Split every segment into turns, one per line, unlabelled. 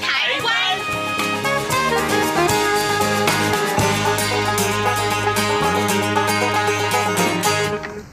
台湾》。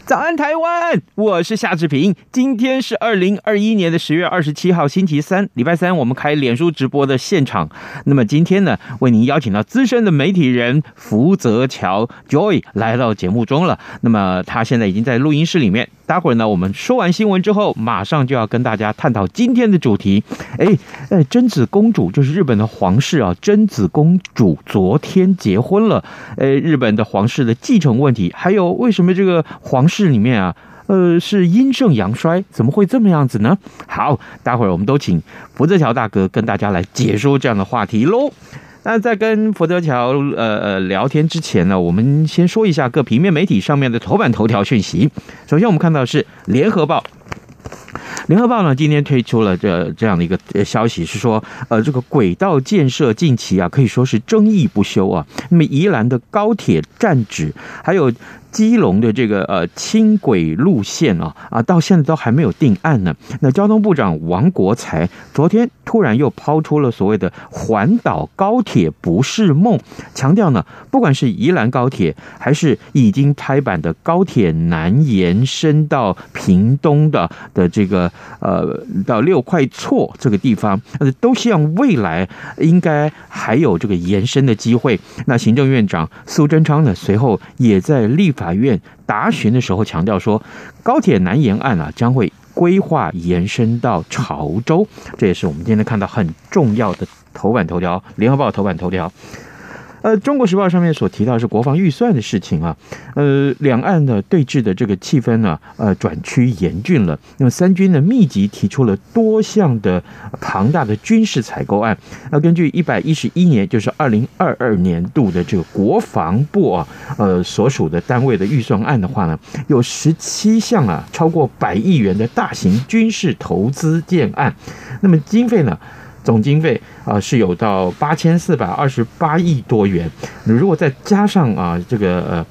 早安，台湾！我是夏志平。今天是二零二一年的十月二十七号，星期三，礼拜三，我们开脸书直播的现场。那么今天呢，为您邀请到资深的媒体人福泽桥 Joy 来到节目中了。那么他现在已经在录音室里面。待会儿呢，我们说完新闻之后，马上就要跟大家探讨今天的主题。哎，呃，贞子公主就是日本的皇室啊，贞子公主昨天结婚了。呃，日本的皇室的继承问题，还有为什么这个皇室里面啊，呃，是阴盛阳衰，怎么会这么样子呢？好，待会儿我们都请福泽桥大哥跟大家来解说这样的话题喽。那在跟佛德桥呃呃聊天之前呢，我们先说一下各平面媒体上面的头版头条讯息。首先我们看到的是《联合报》。联合报呢，今天推出了这这样的一个呃消息，是说，呃，这个轨道建设近期啊，可以说是争议不休啊。那么，宜兰的高铁站址，还有基隆的这个呃轻轨路线啊，啊，到现在都还没有定案呢。那交通部长王国才昨天突然又抛出了所谓的环岛高铁不是梦，强调呢，不管是宜兰高铁，还是已经拍板的高铁南延伸到屏东的的这个呃到六块厝这个地方，呃，都希望未来应该还有这个延伸的机会。那行政院长苏贞昌呢，随后也在立法院答询的时候强调说，高铁南延案啊将会规划延伸到潮州，这也是我们今天看到很重要的头版头条，《联合报》头版头条。呃，《中国时报》上面所提到是国防预算的事情啊，呃，两岸的对峙的这个气氛呢、呃，转趋严峻了。那么三军呢，密集提出了多项的庞大的军事采购案。那根据一百一十一年，就是二零二二年度的这个国防部啊，呃，所属的单位的预算案的话呢，有十七项啊，超过百亿元的大型军事投资建案。那么经费呢？总经费啊、呃是有到八千四百二十八亿多元。如果再加上啊、这个呃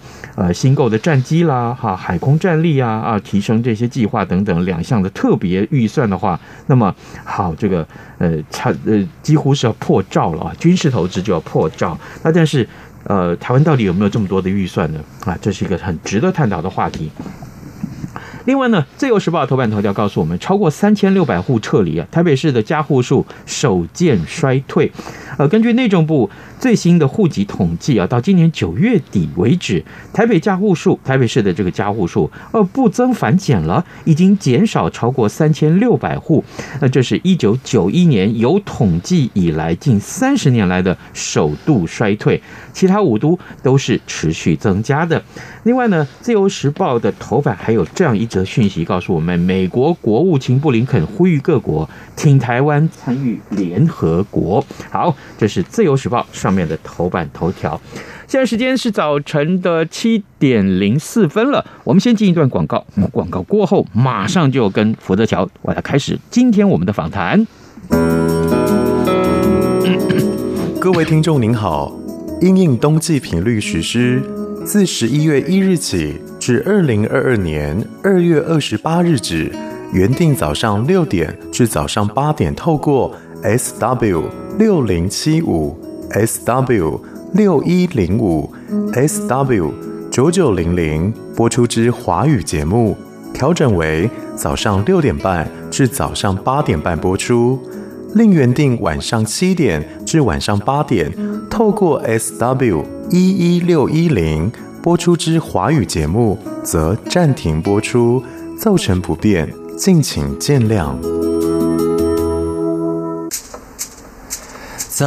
呃新购的战机啦、哈、海空战力啊啊提升这些计划等等两项的特别预算的话，那么好这个呃差呃几乎是要破兆了啊，军事投资就要破兆。那但是呃台湾到底有没有这么多的预算呢？啊，这是一个很值得探讨的话题。另外呢，《自由时报》头版头条告诉我们，超过三千六百户撤离啊，台北市的家户数首见衰退。呃，根据内政部最新的户籍统计啊，到今年九月底为止，台北家户数，台北市的这个家户数，呃，不增反减了，已经减少超过三千六百户。那、这是一九九一年有统计以来近三十年来的首度衰退，其他五都都是持续增加的。另外呢，《自由时报》的头版还有这样一则讯息，告诉我们，美国国务卿布林肯呼吁各国请台湾参与联合国。好，这是《自由时报》上面的头版头条。现在时间是早晨的七点零四分了，我们先进一段广告，嗯广告过后马上就跟福德桥我来开始今天我们的访谈。
各位听众您好，因应冬季频率实施，自十一月一日起至二零二二年二月二十八日止，原定早上六点至早上八点，透过 SW 六零七五、SW 六一零五、SW 九九零零播出之华语节目，调整为早上六点半至早上八点半播出。另原定晚上七点至晚上八点，透过 SW 一一六一零播出之华语节目，则暂停播出，造成不便，敬请见谅。
早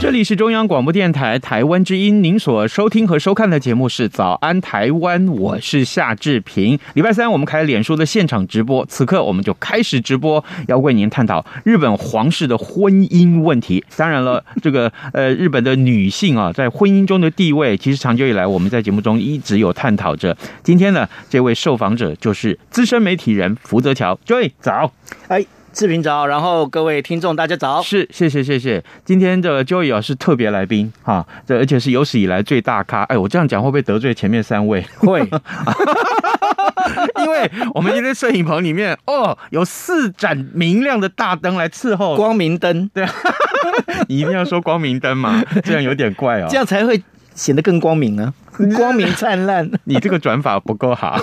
这里是中央广播电台台湾之音，您所收听和收看的节目是《早安台湾》，我是夏志平。礼拜三我们开脸书的现场直播，此刻我们就开始直播，要为您探讨日本皇室的婚姻问题。当然了，这个呃，日本的女性啊，在婚姻中的地位，其实长久以来我们在节目中一直有探讨着。今天呢，这位受访者就是资深媒体人福泽桥 Joy，早。
哎，志平早，然后各位听众大家早。
是，谢谢谢谢。今天的 Joey 啊是特别来宾哈，这而且是有史以来最大咖。哎，我这样讲会不会得罪前面三位？
会，
因为我们今天摄影棚里面哦有四盏明亮的大灯来伺候，
光明灯，
你一定要说光明灯嘛，这样有点怪哦。
这样才会显得更光明啊，光明灿烂。
你这个转法不够好，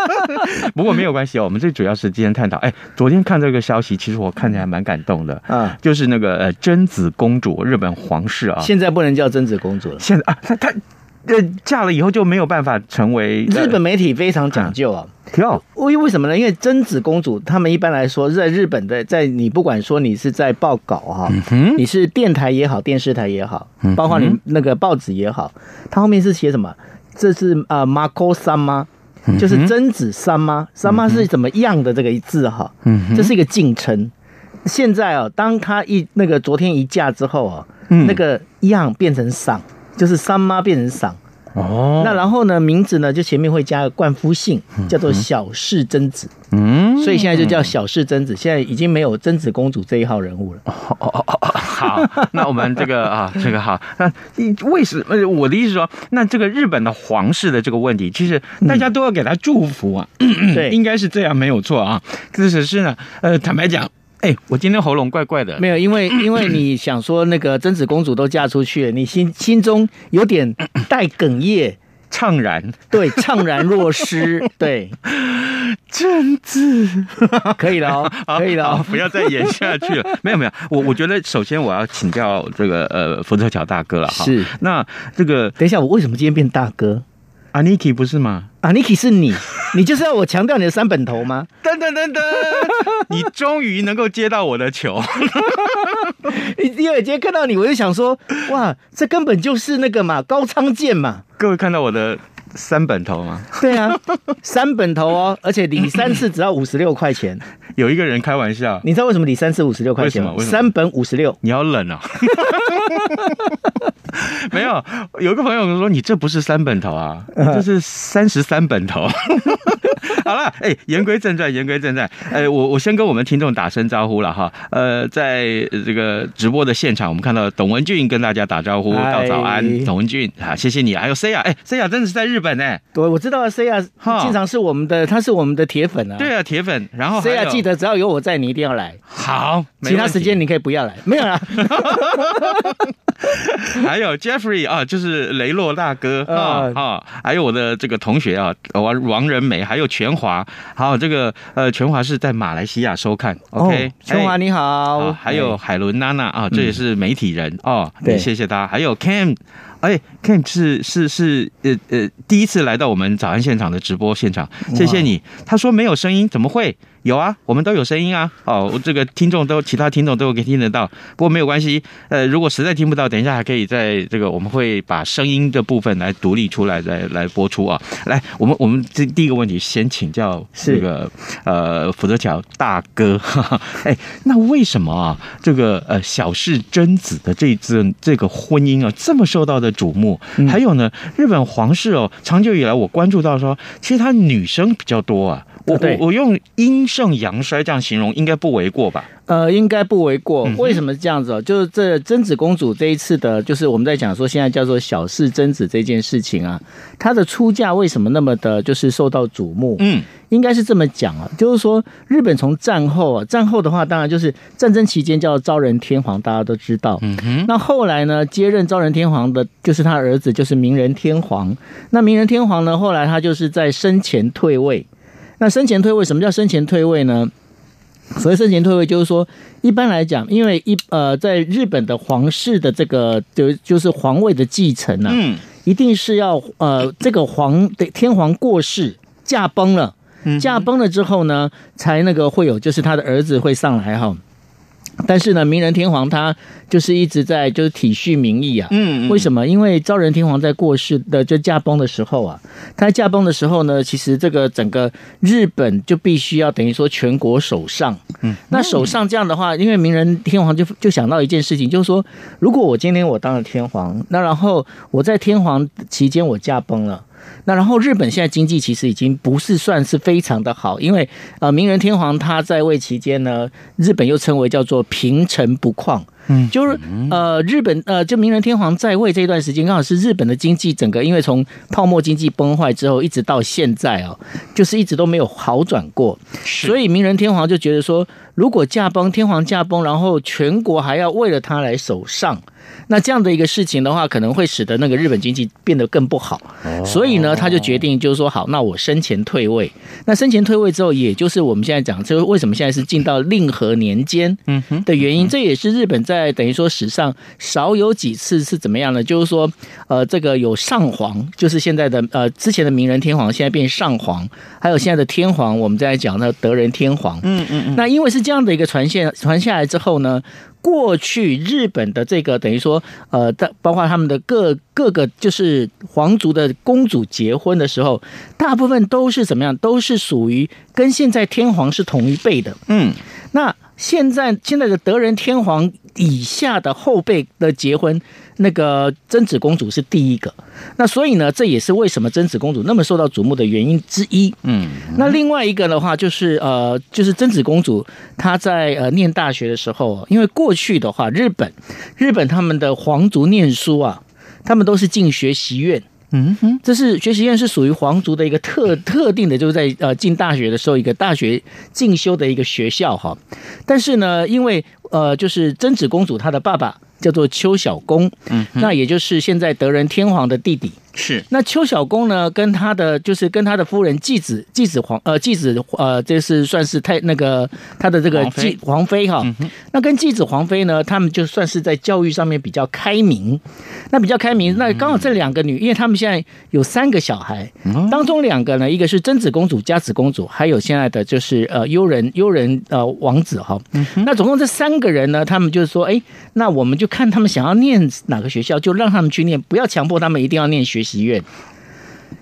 不过没有关系哦。我们最主要是今天探讨，哎，昨天看这个消息，其实我看起来蛮感动的，
啊，
就是那个呃贞子公主，日本皇室啊，
现在不能叫贞子公主了。
现在啊，她她呃嫁了以后就没有办法成为
日本媒体非常讲究啊，
跳
为为什么呢？因为贞子公主，他们一般来说在日本的，在你不管说你是在报稿哈、
嗯哼嗯
你是电台也好，电视台也好，包括你那个报纸也好，它后面是写什么？这是呃 Marco 三
嗯
吗？就是贞子三吗？三吗是怎么样的这个字哈？
嗯
这是一个进程。现在哦，当他一那个昨天一嫁之后哦，
嗯
那个样变成赏，就是三妈变成赏。
哦，
那然后呢，名字呢就前面会加个冠夫姓，叫做小室贞子，
嗯，
所以现在就叫小室贞子。现在已经没有贞子公主这一号人物了。
哦好，那我们这个啊，这个好，那一为什么？呃我的意思说，那这个日本的皇室的这个问题，其实大家都要给他祝福啊， 应
嗯对，
该是这样没有错啊。只是呢，呃，坦白讲，哎，我今天喉咙怪怪的，
没有，因为 因为你想说那个贞子公主都嫁出去了，你心心中有点带哽咽，
怅然，
对，怅然若失，对，
真子，
可以了 哦，可以了
好
哦。
啊不要再演下去了。没有没有，我我觉得首先我要请教这个呃福特桥大哥了哈。
是，
那这个
等一下，我为什么今天变大哥？
阿尼基不是吗？
啊，Niki 是你，你就是要我强调你的三本头吗？
噔噔噔噔， 你终于能够接到我的球。
因为今天看到你，我就想说，哇，这根本就是那个嘛，高仓健嘛，
各位看到我的三本头吗？
对啊，三本头哦，而且理三次只要五十六块钱，
有一个人开玩笑，
你知道为什么理三次五十六块钱吗
为？什么为什
三本五十六，
你要冷啊！ 没有，有一个朋友说你这不是三本头啊，你这是三十三本头。 好了，哎，言归正传，言归正传。哎，我我先跟我们听众打声招呼了哈。呃，在这个直播的现场，我们看到董文俊跟大家打招呼，
嗨
道早安，董文俊啊，谢谢你。还有 C 雅，哎，C 雅真的是在日本呢、
对，我知道啊 C 啊
哈，
经常是我们的，他是我们的铁粉啊，
对啊，铁粉。然后还
C 啊，
有
记得只要有我在，你一定要来，
好，没
其他
问
时
题
间你可以不要来，没有啦，
还有 Jeffrey 啊，就是雷洛大哥啊
啊
啊，还有我的这个同学啊，王王仁美，还有全华，还有这个呃，全华是在马来西亚收看，OK，
哦春华
哎
你好哎
啊，，还有海伦娜娜啊，这也是媒体人哦，
哦嗯对
也谢谢他，还有 Cam。哎，Cam 是是是，呃呃，第一次来到我们早安现场的直播现场，谢谢你。他说没有声音，怎么会有啊？我们都有声音啊！哦，这个听众都，其他听众都有可以听得到。不过没有关系，呃，如果实在听不到，等一下还可以在这个我们会把声音的部分来独立出来，来来播出啊。来，我们我们这第一个问题先请教
是
这个呃福泽桥大哥，哈哈哎，那为什么啊这个呃小室贞子的这一次这个婚姻啊这么受到的瞩目？还有呢，日本皇室哦，长久以来我关注到说，其实她女生比较多啊。我
对
我我用阴盛阳衰这样形容应该不为过吧？
呃，应该不为过。为什么是这样子哦？就是这贞子公主这一次的，就是我们在讲说现在叫做小室贞子这件事情啊，她的出嫁为什么那么的，就是受到瞩目？
嗯，
应该是这么讲啊，就是说日本从战后啊，战后的话，当然就是战争期间叫昭仁天皇，大家都知道。嗯哼。那后来呢，接任昭仁天皇的就是他儿子，就是明仁天皇。那明仁天皇呢，后来他就是在生前退位。那生前退位，什么叫生前退位呢？所谓生前退位，就是说，一般来讲，因为一呃，在日本的皇室的这个就就是皇位的继承啊，
嗯，
一定是要呃，这个皇的天皇过世，驾崩了，驾崩了之后呢，才那个会有，就是他的儿子会上来哈。但是呢，明仁天皇他就是一直在就是体恤民意啊，
嗯嗯
为什么？因为昭仁天皇在过世的就驾崩的时候啊，他驾崩的时候呢，其实这个整个日本就必须要等于说全国首上，嗯，那首上这样的话，因为明仁天皇就就想到一件事情，就是说，如果我今天我当了天皇，那然后我在天皇期间我驾崩了。那然后日本现在经济其实已经不是算是非常的好，因为呃明仁天皇他在位期间呢，日本又称为叫做平成不况。嗯，就是呃，日本呃，就明仁天皇在位这一段时间，刚好是日本的经济整个，因为从泡沫经济崩坏之后，一直到现在哦，就是一直都没有好转过。所以明仁天皇就觉得说，如果驾崩，天皇驾崩，然后全国还要为了他来守上，那这样的一个事情的话，可能会使得那个日本经济变得更不好。所以呢，他就决定就是说，好，那我生前退位。那生前退位之后，也就是我们现在讲，就是为什么现在是进到令和年间的原因。这也是日本在等于说史上少有几次是怎么样呢？就是说，呃，这个有上皇，就是现在的呃之前的明仁天皇，现在变上皇，还有现在的天皇，我们在讲的德仁天皇。嗯嗯嗯。那因为是这样的一个传线传下来之后呢，过去日本的这个等于说，呃，的包括他们的各各个就是皇族的公主结婚的时候，大部分都是怎么样？都是属于跟现在天皇是同一辈的。
嗯，
那现在现在的德仁天皇以下的后辈的结婚，那个贞子公主是第一个。那所以呢，这也是为什么贞子公主那么受到瞩目的原因之一。嗯，那另外一个的话，就是呃，就是贞子公主她在呃念大学的时候，因为过去的话，日本日本他们的皇族念书啊，他们都是进学习院。这是学习院是属于皇族的一个特特定的，就是在呃进大学的时候一个大学进修的一个学校哈。但是呢，因为呃就是贞子公主她的爸爸叫做邱小公，嗯，那也就是现在德仁天皇的弟弟。
是
那邱小公呢，跟他的就是跟他的夫人继子继子皇呃继子呃，这是算是太那个他的这个
皇妃
继皇妃哈。那跟继子皇妃呢，他们就算是在教育上面比较开明，那比较开明。那刚好这两个女，因为他们现在有三个小孩，当中两个呢，一个是贞子公主、佳子公主，还有现在的就是呃悠仁悠仁呃王子哈。那总共这三个人呢，他们就是说，哎，那我们就看他们想要念哪个学校，就让他们去念，不要强迫他们一定要念学习院。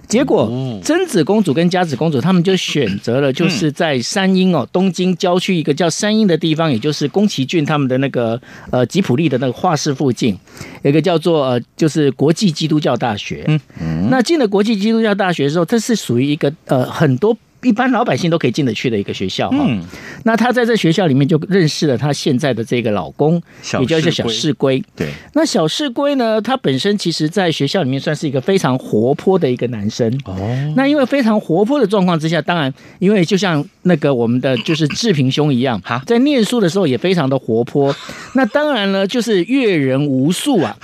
结
嗯
果，贞子公主跟佳子公主他们就选择了，就是在山阴哦，东京郊区一个叫山阴的地方，也就是宫崎骏他们的那个呃吉普力的那个画室附近，有一个叫做呃就是国际基督教大学。
嗯
嗯那进了国际基督教大学之后，这是属于一个呃很多一般老百姓都可以进得去的一个学校哈、
嗯
那她在这学校里面就认识了她现在的这个老公，
小
也叫做
市
小
龟
市龟。
对，
那小市龟呢，他本身其实在学校里面算是一个非常活泼的一个男生。哦，那因为非常活泼的状况之下，当然，因为就像那个我们的就是志平兄一样，在念书的时候也非常的活泼。那当然呢，就是阅人无数啊。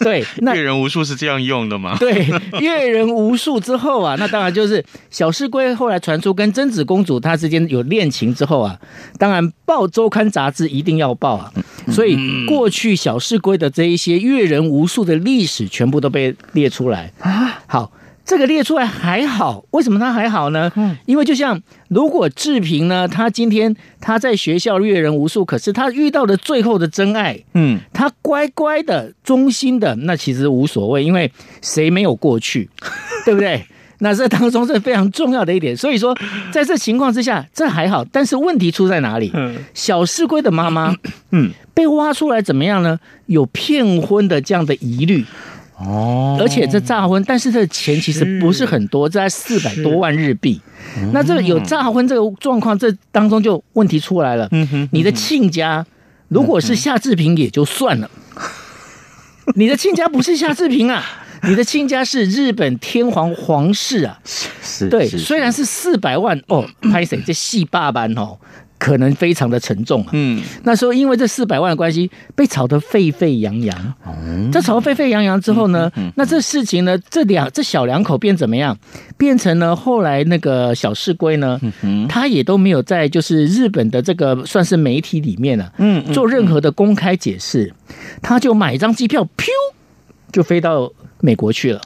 对，那
阅人无数是这样用的吗？
对，阅人无数之后啊，那当然就是小市龟后来传出跟贞子公主她之间有恋情之后啊，当然报周刊杂志一定要报啊，所以过去小市龟的这一些阅人无数的历史全部都被列出来啊。好，这个列出来还好，为什么它还好呢？因为就像如果志平呢，他今天他在学校阅人无数，可是他遇到的最后的真爱，
嗯，
他乖乖的、忠心的，那其实无所谓，因为谁没有过去，对不对？那这当中是非常重要的一点，所以说，在这情况之下，这还好。但是问题出在哪里？小市龟的妈妈，嗯， 被挖出来怎么样呢？有骗婚的这样的疑虑，哦，而且这诈婚，但是这钱其实不是嗯很多，在四百多万日币。那这有诈婚这个状况，这当中就问题出来了。嗯哼，嗯你的亲家如果是夏志平也就算了，你的亲家不是夏志平啊，你的亲家是日本天皇皇室啊。
是
对，
是嗯
虽然是四百万哦，拍谁这戏霸般哦。可能非常的沉重啊。
嗯，
那时候因为这四百万的关系，被炒得沸沸扬扬。
哦
这炒得沸沸扬扬之后呢，
嗯
那这事情呢，这两这小两口变怎么样？变成了后来那个小市龟呢，
嗯
他也都没有在就是日本的这个算是媒体里面啊，
嗯嗯
做任何的公开解释，他就买一张机票，噗，就飞到美国去了。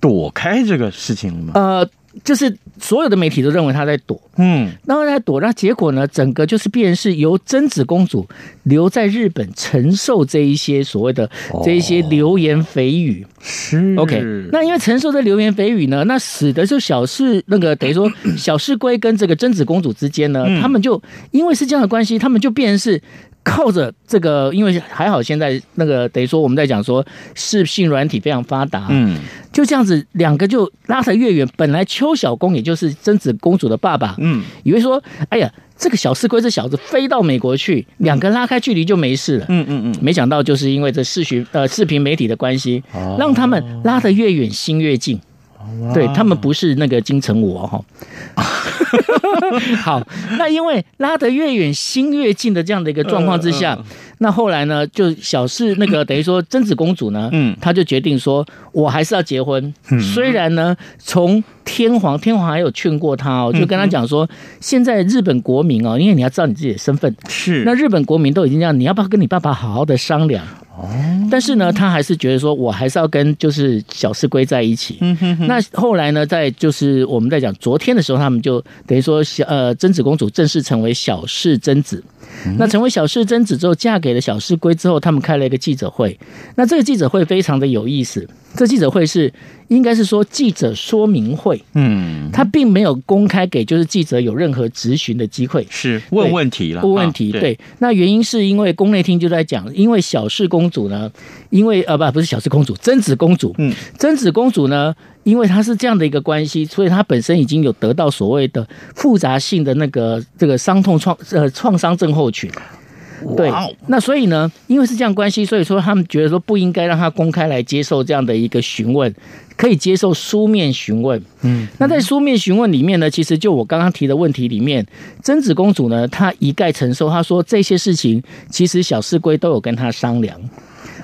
躲开这个事情了吗？
呃，就是所有的媒体都认为他在躲。
嗯，
然后呢，躲，那结果呢，整个就是变成是由贞子公主留在日本承受这一些所谓的这一些流言蜚语。
是
OK，那
嗯
因为承受这流言蜚语呢，那使得就小市那个等于说小市龟跟这个贞子公主之间呢，
嗯
他们就因为是这样的关系，他们就变成是。靠着这个，因为还好现在那个等于说我们在讲说视讯软体非常发达，
嗯
就这样子，两个就拉得越远。本来邱小公也就是贞子公主的爸爸，
嗯，
以为说，哎呀，这个小四龟这小子飞到美国去，两个拉开距离就没事了。
嗯嗯嗯，
没想到就是因为这视频呃视频媒体的关系，让他们拉得越远心越近。对他们不是那个金城武哦，哈。好，那因为拉得越远心越近的这样的一个状况之下，那后来呢，就小四那个等于说贞子公主呢，
嗯
她就决定说，我还是要结婚。虽然呢，从天皇，天皇还有劝过她哦，就跟她讲说，现在日本国民哦，因为你要知道你自己的身份，
是
那日本国民都已经这样，你要不要跟你爸爸好好的商量？但是呢，他还是觉得说，我还是要跟就是小四龟在一起。嗯哼那后来呢，在就是我们在讲昨天的时候，他们就等于说小呃贞子公主正式成为小氏贞子。那成为小氏贞子之后，嫁给了小氏龟之后，他们开了一个记者会。那这个记者会非常的有意思，这记者会是应该是说记者说明会，
嗯
他并没有公开给就是记者有任何质询的机会。
是问问题了，
问问题，
啊，
对，那原因是因为宫内厅就在讲，因为小氏公主呢，因为呃不不是小氏公主，贞子公主，
嗯，
贞子公主呢，因为她是这样的一个关系，所以她本身已经有得到所谓的复杂性的那个这个伤痛创呃创伤症候群。对
哇哦，
那所以呢，因为是这样关系，所以说他们觉得说不应该让她公开来接受这样的一个询问，可以接受书面询问。嗯，那在书面询问里面呢，其实就我刚刚提的问题里面，贞子公主呢，她一概承受，她说这些事情其实小四龟都有跟她商量，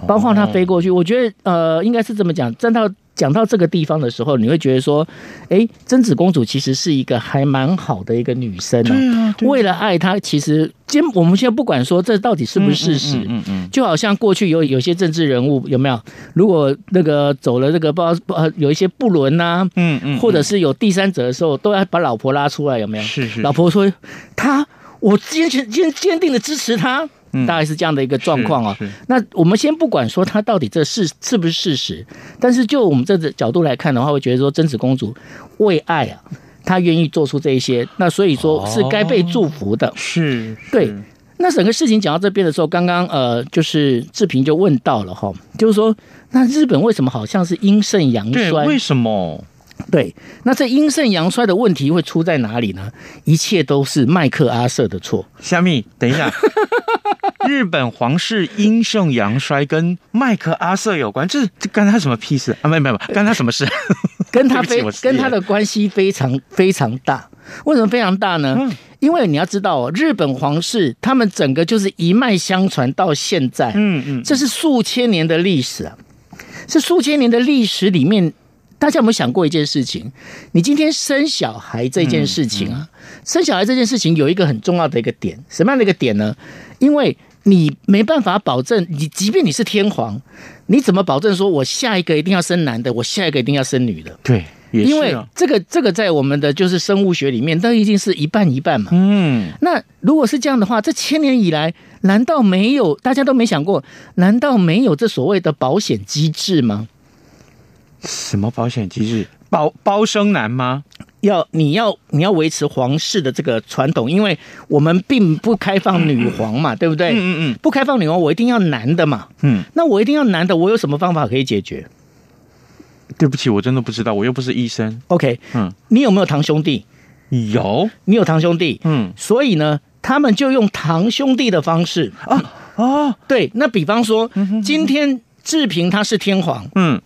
包括她飞过
哦
去。我觉得呃，应该是这么讲，站到。讲到这个地方的时候，你会觉得说，哎，贞子公主其实是一个还蛮好的一个女生呢、
啊
为了爱她，其实今我们现在不管说这到底是不是事实，
嗯嗯
就好像过去有有些政治人物有没有，如果那个走了这个不知道呃有一些不伦啊呐、
嗯嗯，
或者是有第三者的时候，都要把老婆拉出来，有没有？
是是
老婆说他，我坚决坚坚定的支持他。大概是这样的一个状况啊
嗯是是。
那我们先不管说他到底这是是不是事实，但是就我们这个角度来看的话，会觉得说贞子公主为爱啊，她愿意做出这一些，那所以说是该被祝福的。
哦是，
对，那整个事情讲到这边的时候，刚刚呃，就是志平就问到了哈，就是说，那日本为什么好像是阴盛阳
对，
衰？
为什么？
对，那这阴盛阳衰的问题会出在哪里呢？一切都是麦克阿瑟的错。
虾米，等一下， 日本皇室阴盛阳衰跟麦克阿瑟有关，这这干他什么屁事啊？没没没，干他什么事？
跟
对
他
不起
非
我失
跟
言
他的关系非常非常大。为什么非常大呢？
嗯
因为你要知道哦，日本皇室他们整个就是一脉相传到现在，
嗯嗯
这是数千年的历史啊，是数千年的历史里面。大家有没有想过一件事情？你今天生小孩这件事情
嗯
啊，生小孩这件事情有一个很重要的一个点，什么样的一个点呢？因为你没办法保证，你即便你是天皇，你怎么保证说我下一个一定要生男的，我下一个一定要生女的？
对，也
因
是
为
啊，
这个这个在我们的就是生物学里面，都一定是一半一半嘛。
嗯，
那如果是这样的话，这千年以来，难道没有大家都没想过？难道没有这所谓的保险机制吗？
什么保险机制？包包生男吗？
要你要你要维持皇室的这个传统，因为我们并不开放女皇嘛，对不对？
嗯嗯嗯
不开放女皇，我一定要男的嘛。
嗯，
那我一定要男的，我有什么方法可以解决
对不起，我真的不知道，我又不是医生。
？OK，
嗯，
你有没有堂兄弟？
有，
你有堂兄弟，
嗯
所以呢，他们就用堂兄弟的方式
哦，
对，那比方说，今天志平他是天皇，
嗯，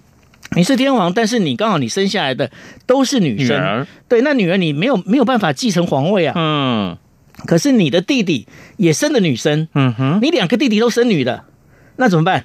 你是天皇，但是你刚好你生下来的都是女
女
生，
儿，
对，那女儿你没有没有办法继承皇位啊，
嗯，
可是你的弟弟也生了女生，
嗯哼，
你两个弟弟都生女的，那怎么办？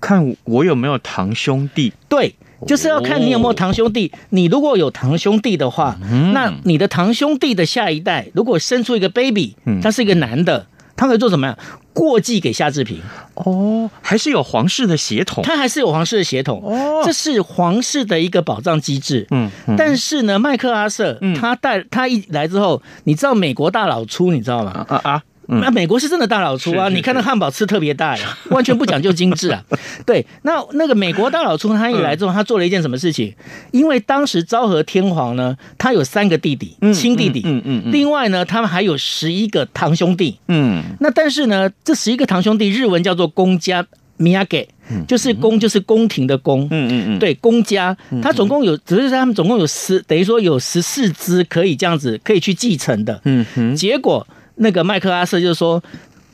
看我有没有堂兄弟，
对，就是要看你有没有堂兄弟。你如果有堂兄弟的话，
嗯
那你的堂兄弟的下一代如果生出一个 baby，他
嗯
是一个男的，他可以做什么呀？过继给夏志平，
哦，还是有皇室的血统，
他还是有皇室的血统，
哦
这是皇室的一个保障机制。
嗯嗯
但是呢，麦克阿瑟、他带他一来之后，你知道美国大老粗，你知道吗？
啊啊，嗯
那、美国是真的大老粗啊！
是是
你看那汉堡吃特别大呀， 完全不讲究精 致啊。对，那那个美国大老粗
嗯
他一来之后，他做了一件什么事情？因为当时昭和天皇呢，他有三个弟弟，亲弟弟，
嗯嗯嗯嗯
另外呢，他们还有十一个堂兄弟。
嗯
那但是呢，这十一个堂兄弟日文叫做公家米亚给，就是公就是宫廷的宫，
嗯嗯嗯，，嗯
对公家，他总共有，只是他们总共有十，等于说有十四只可以这样子可以去继承的。
嗯哼，
结果那个麦克阿瑟就说。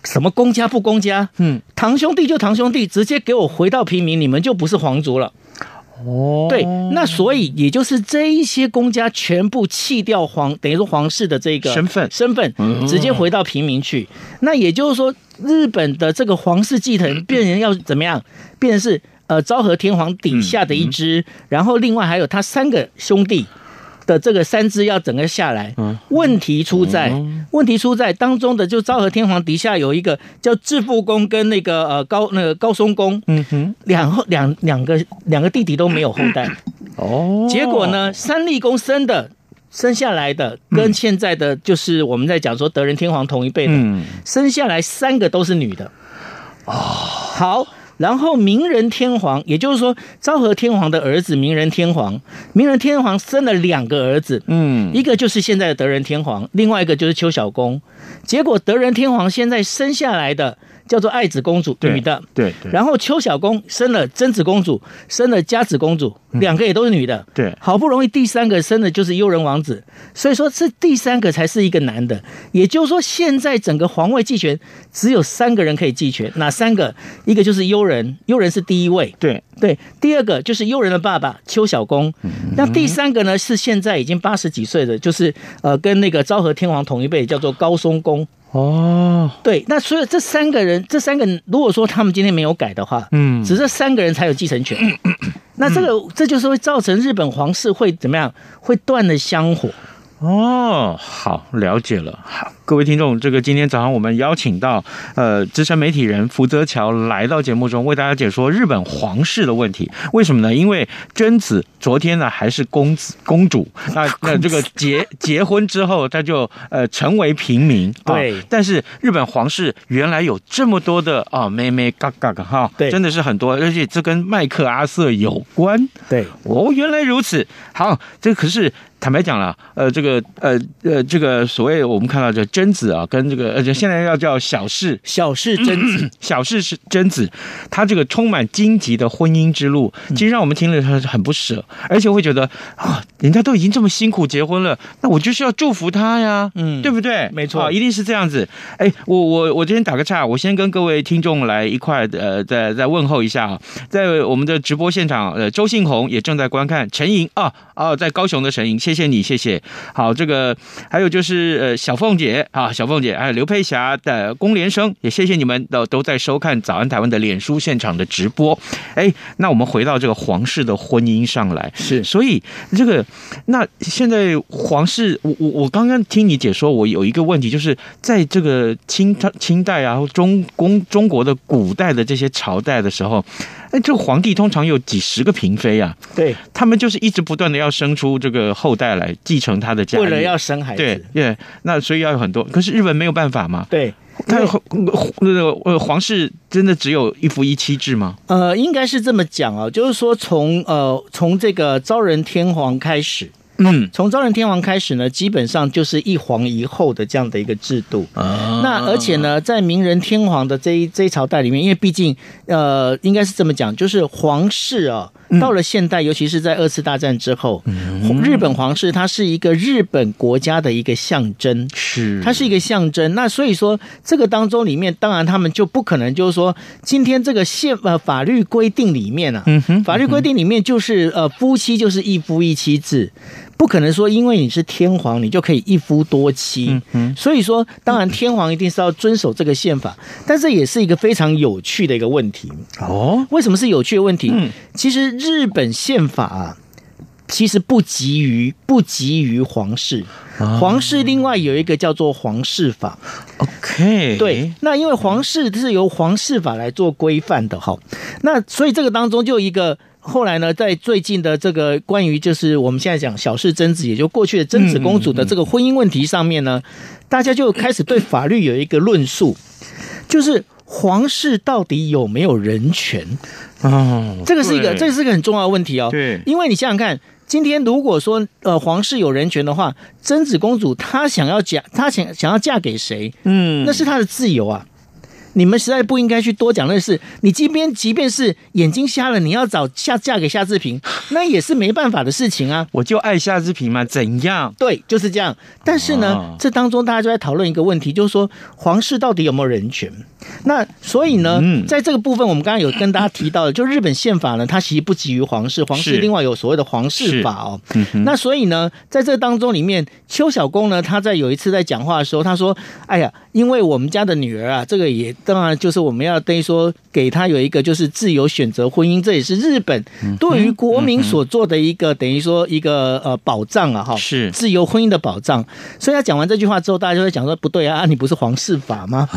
什么公家不公家？
嗯，
堂兄弟就堂兄弟，直接给我回到平民，你们就不是皇族了。
哦，
对，那所以也就是这一些公家全部弃掉皇，等于说皇室的这个
身份嗯
身份直接回到平民去。那也就是说，日本的这个皇室继承变成要怎么样？变成是呃昭和天皇底下的一
嗯
支，然后另外还有他三个兄弟。的这个三支要整个下来，
嗯
问题出在
哦
问题出在当中的就昭和天皇底下有一个叫致富宫跟那个呃高那个高松宫，
嗯哼，
两后两两个两个弟弟都没有后代，
哦，
结果？呢，三立公生的生下来的跟现在的就是我们在讲说德仁天皇同一辈的，
嗯
生下来三个都是女的。哦，好。然后明仁天皇，也就是说昭和天皇的儿子明仁天皇，明仁天皇生了两个儿子，
嗯，
一个就是现在的德仁天皇，另外一个就是邱小公。结果德仁天皇现在生下来的叫做爱子公主，
对
女的，
对对，
然后邱小公生了贞子公主，生了佳子公主，两个也都是女的。
嗯对
好不容易第三个生的就是悠仁王子，所以说是第三个才是一个男的。也就是说，现在整个皇位继权只有三个人可以继权，哪三个？一个就是悠仁，悠仁是第一位。
对，
对，第二个就是悠仁的爸爸邱小公，那第三个呢是现在已经八十几岁的，就是呃跟那个昭和天皇同一辈，叫做高松公。
哦，
对，那所以这三个人，这三个人如果说他们今天没有改的话，
嗯
只这三个人才有继承权。那这个这就是会造成日本皇室会怎么样？会断了香火。
哦，好，了解了。好，各位听众，这个今天早上我们邀请到呃资深媒体人福泽桥来到节目中，为大家解说日本皇室的问题。为什么呢？因为贞子昨天呢还是公子公 主，那那这个结结婚之后，她就呃成为平民。啊
对
但是日本皇室原来有这么多的啊妹妹嘎嘎嘎哈，
对
真的是很多，而且这跟麦克阿瑟有关。
对，
哦，原来如此。好，这可是坦白讲了，呃，这个呃呃，这个所谓我们看到这贞子啊，跟这个呃，现在要叫小氏，
小氏贞子，
小氏是贞子，她这个充满荆棘的婚姻之路，
嗯
其实让我们听了很很不舍，而且会觉得啊，人家都已经这么辛苦结婚了，那我就是要祝福她呀，
嗯
对不对？
没错
啊，一定是这样子。哎，我我我今天打个岔，我先跟各位听众来一块呃，再再问候一下啊，在我们的直播现场，呃，周信宏也正在观看，陈莹啊啊，在高雄的陈莹，谢谢你，谢谢。好，这个还有就是呃，小凤姐啊，小凤姐，还有刘佩霞的龚连生，也谢谢你们都都在收看《早安台湾》的脸书现场的直播。哎，那我们回到这个皇室的婚姻上来，
是
所以这个那现在皇室，我我我刚刚听你解说，我有一个问题，就是在这个清清代啊，中公中国的古代的这些朝代的时候，哎，这个皇帝通常有几十个嫔妃啊，
对，
他们就是一直不断的要生出这个后代来继承他的家业，
为了要生孩
对
子，
对，那所以要有很多，可是日本没有办法嘛，
对，
他
因为
那个呃皇室真的只有一夫一妻制吗？
呃，应该是这么讲啊，就是说从呃从这个昭仁天皇开始，
嗯，
从昭仁天皇开始呢，基本上就是一皇一后的这样的一个制度。
啊嗯
那而且呢，在明仁天皇的这一这一朝代里面，因为毕竟呃，应该是这么讲，就是皇室啊，到了现代，尤其是在二次大战之后，日本皇室它是一个日本国家的一个象征。
是
它是一个象征。那所以说，这个当中里面，当然他们就不可能就是说，今天这个宪呃法律规定里面啊，
嗯哼嗯
法律规定里面就是呃夫妻就是一夫一妻制，不可能说因为你是天皇，你就可以一夫多妻。
嗯
所以说，当然天皇一定是要遵守这个宪法，但这也是一个非常有趣的一个问题。
哦，
为什么是有趣的问题？
嗯
其实日本宪法啊，其实不急于不急于皇室，
啊
皇室另外有一个叫做皇室法。
，OK，
对，，那因为皇室是由皇室法来做规范的哈，那所以这个当中就有一个。后来呢，在最近的这个关于就是我们现在讲小氏贞子，也就过去的贞子公主
嗯
的这个婚姻问题上面呢，大家就开始对法律有一个论述，就是皇室到底有没有人权？
哦，
这个是一个，
对
这个是一个很重要的问题哦。
对
因为你想想看，今天如果说呃皇室有人权的话，贞子公主她想要嫁，她想想要嫁给谁，
嗯
那是她的自由啊。你们实在不应该去多讲那事。你今天即便是眼睛瞎了，你要找下嫁给夏 志平，那也是没办法的事情啊。
我就爱夏志平嘛，怎样？
对，就是这样。但是呢，
哦
这当中大家就在讨论一个问题，就是说皇室到底有没有人权？那所以呢，
嗯
在这个部分，我们刚刚有跟大家提到的，就日本宪法呢，它其实不基于皇室，皇室
是
另外有所谓的皇室
是
法哦。那所以呢，在这当中里面，邱小公呢，他在有一次在讲话的时候，他说：“哎呀，因为我们家的女儿啊，这个也当然就是我们要等于说给她有一个就是自由选择婚姻，这也是日本对于国民所做的一个、等于说一个呃保障啊，哈，
是
自由婚姻的保障。”所以他讲完这句话之后，大家就会讲说：“不对啊，啊你不是皇室法吗？”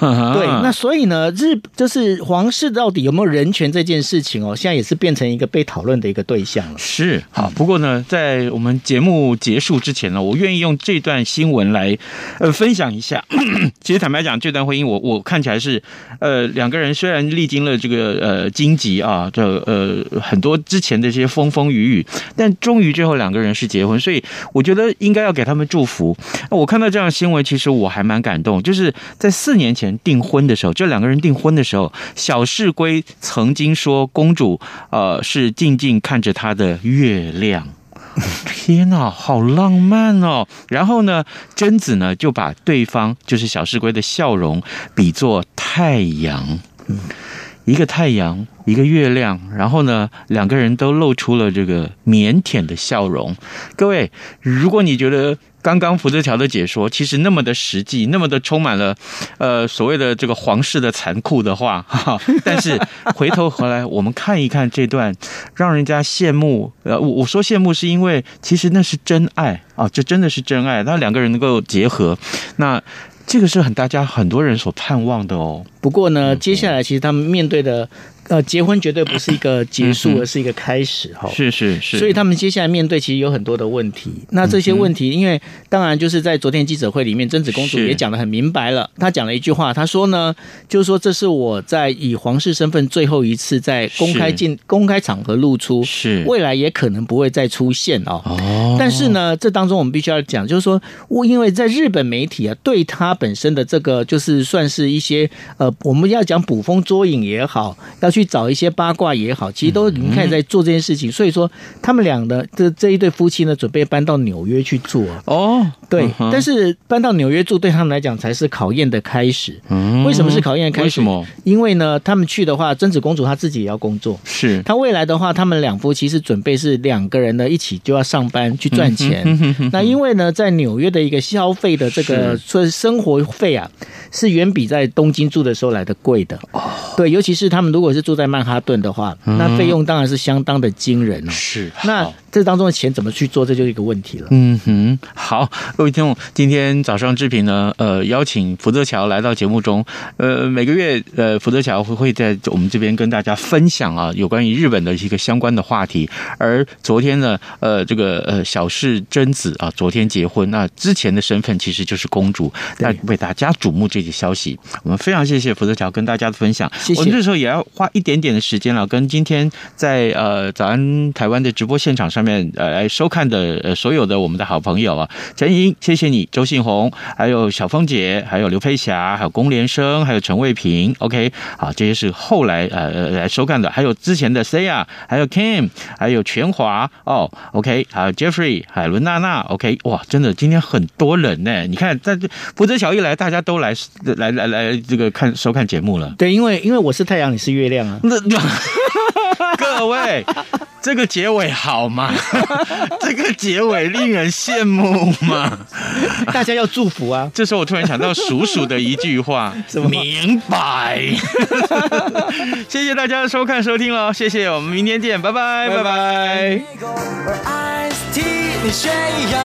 对，
对
那所以呢，日就是皇室到底有没有人权这件事情哦，现在也是变成一个被讨论的一个对象了。
是好，不过呢，在我们节目结束之前呢，我愿意用这段新闻来，呃，分享一下。 其实坦白讲，这段婚姻我我看起来是，呃，两个人虽然历经了这个呃荆棘啊，这呃很多之前的这些风风雨雨，但终于最后两个人是结婚，所以我觉得应该要给他们祝福。那我看到这样的新闻，其实我还蛮感动，就是在四年前订婚的时候，这两个人订婚的时候，小市龟曾经说公主呃是静静看着她的月亮。天呐，好浪漫哦！然后呢，贞子呢就把对方就是小石龟的笑容比作太阳，一个太阳，一个月亮，然后呢，两个人都露出了这个腼腆的笑容。各位，如果你觉得刚刚福泽桥的解说其实那么的实际，那么的充满了呃所谓的这个皇室的残酷的话，哈哈，但是回头回来我们看一看这段让人家羡慕。呃，我我说羡慕是因为其实那是真爱啊，这真的是真爱，那两个人能够结合，那这个是很大家很多人所盼望的哦。
不过呢，接下来其实他们面对的，呃，结婚绝对不是一个结
嗯
束，
哼
而是一个开始哈。。
是是是，
所以他们接下来面对其实有很多的问题。那这些问题，因为当然就是在昨天记者会里面，贞子公主
嗯是
也讲得很明白了。她讲了一句话，她说呢，就是说这是我在以皇室身份最后一次在公开
是
进公开场合露出，
是
未来也可能不会再出现哦。
哦，
但是呢，这当中我们必须要讲，就是说，我因为在日本媒体啊，对他本身的这个就是算是一些呃，我们要讲捕风捉影也好，要去找一些八卦也好，其实都已经开始在做这件事
嗯
情。所以说，他们俩的这这一对夫妻呢，准备搬到纽约去住啊。
哦，
对
嗯，哼
但是搬到纽约住对他们来讲才是考验的开始。
嗯
为什么是考验的开始？
为什么？
因为呢，他们去的话，贞子公主她自己也要工作，
是
他未来的话，他们两夫妻是准备是两个人呢一起就要上班去赚钱。
嗯
那因为呢，在纽约的一个消费的这个说生活费啊，是远比在东京住的时候来的贵的。
哦
对，尤其是他们如果是住在曼哈顿的话，那费用当然是相当的惊人哦。
嗯是
那
好
这当中的钱怎么去做，这就是一个问题了。
嗯哼，好，各位听众，今天早上志平呢，呃，邀请福泽桥来到节目中，呃，每个月呃，福泽桥会会在我们这边跟大家分享啊，有关于日本的一个相关的话题。而昨天呢，呃，这个呃小室贞子啊，昨天结婚，那之前的身份其实就是公主，那为大家瞩目这些消息，我们非常谢谢福泽桥跟大家的分享。
谢谢
我们这时候也要花一点点的时间了，跟今天在呃早安台湾的直播现场上面呃来收看的呃所有的我们的好朋友啊，陈莹，谢谢你，周信宏，还有小凤姐，还有刘佩霞，还有龚连生，还有陈卫平，OK，好，这些是后来呃呃来收看的，还有之前的 Saya，还有 Kim，还有全华哦，OK，还有 Jeffrey，海伦娜娜，OK，哇，真的今天很多人呢，你看，在这福泽桥一来，大家都来来来来这个看收看节目了。
对，因为因为我是太阳，你是月亮啊。
那 各位，这个结尾好吗？ 这个结尾令人羡慕吗？
大家要祝福啊！
这时候我突然想到鼠鼠的一句话：“明白。” 谢谢大家的收看收听喽，谢谢，我们明天见，拜拜，拜拜。
Eagle or iced tea，你炫耀。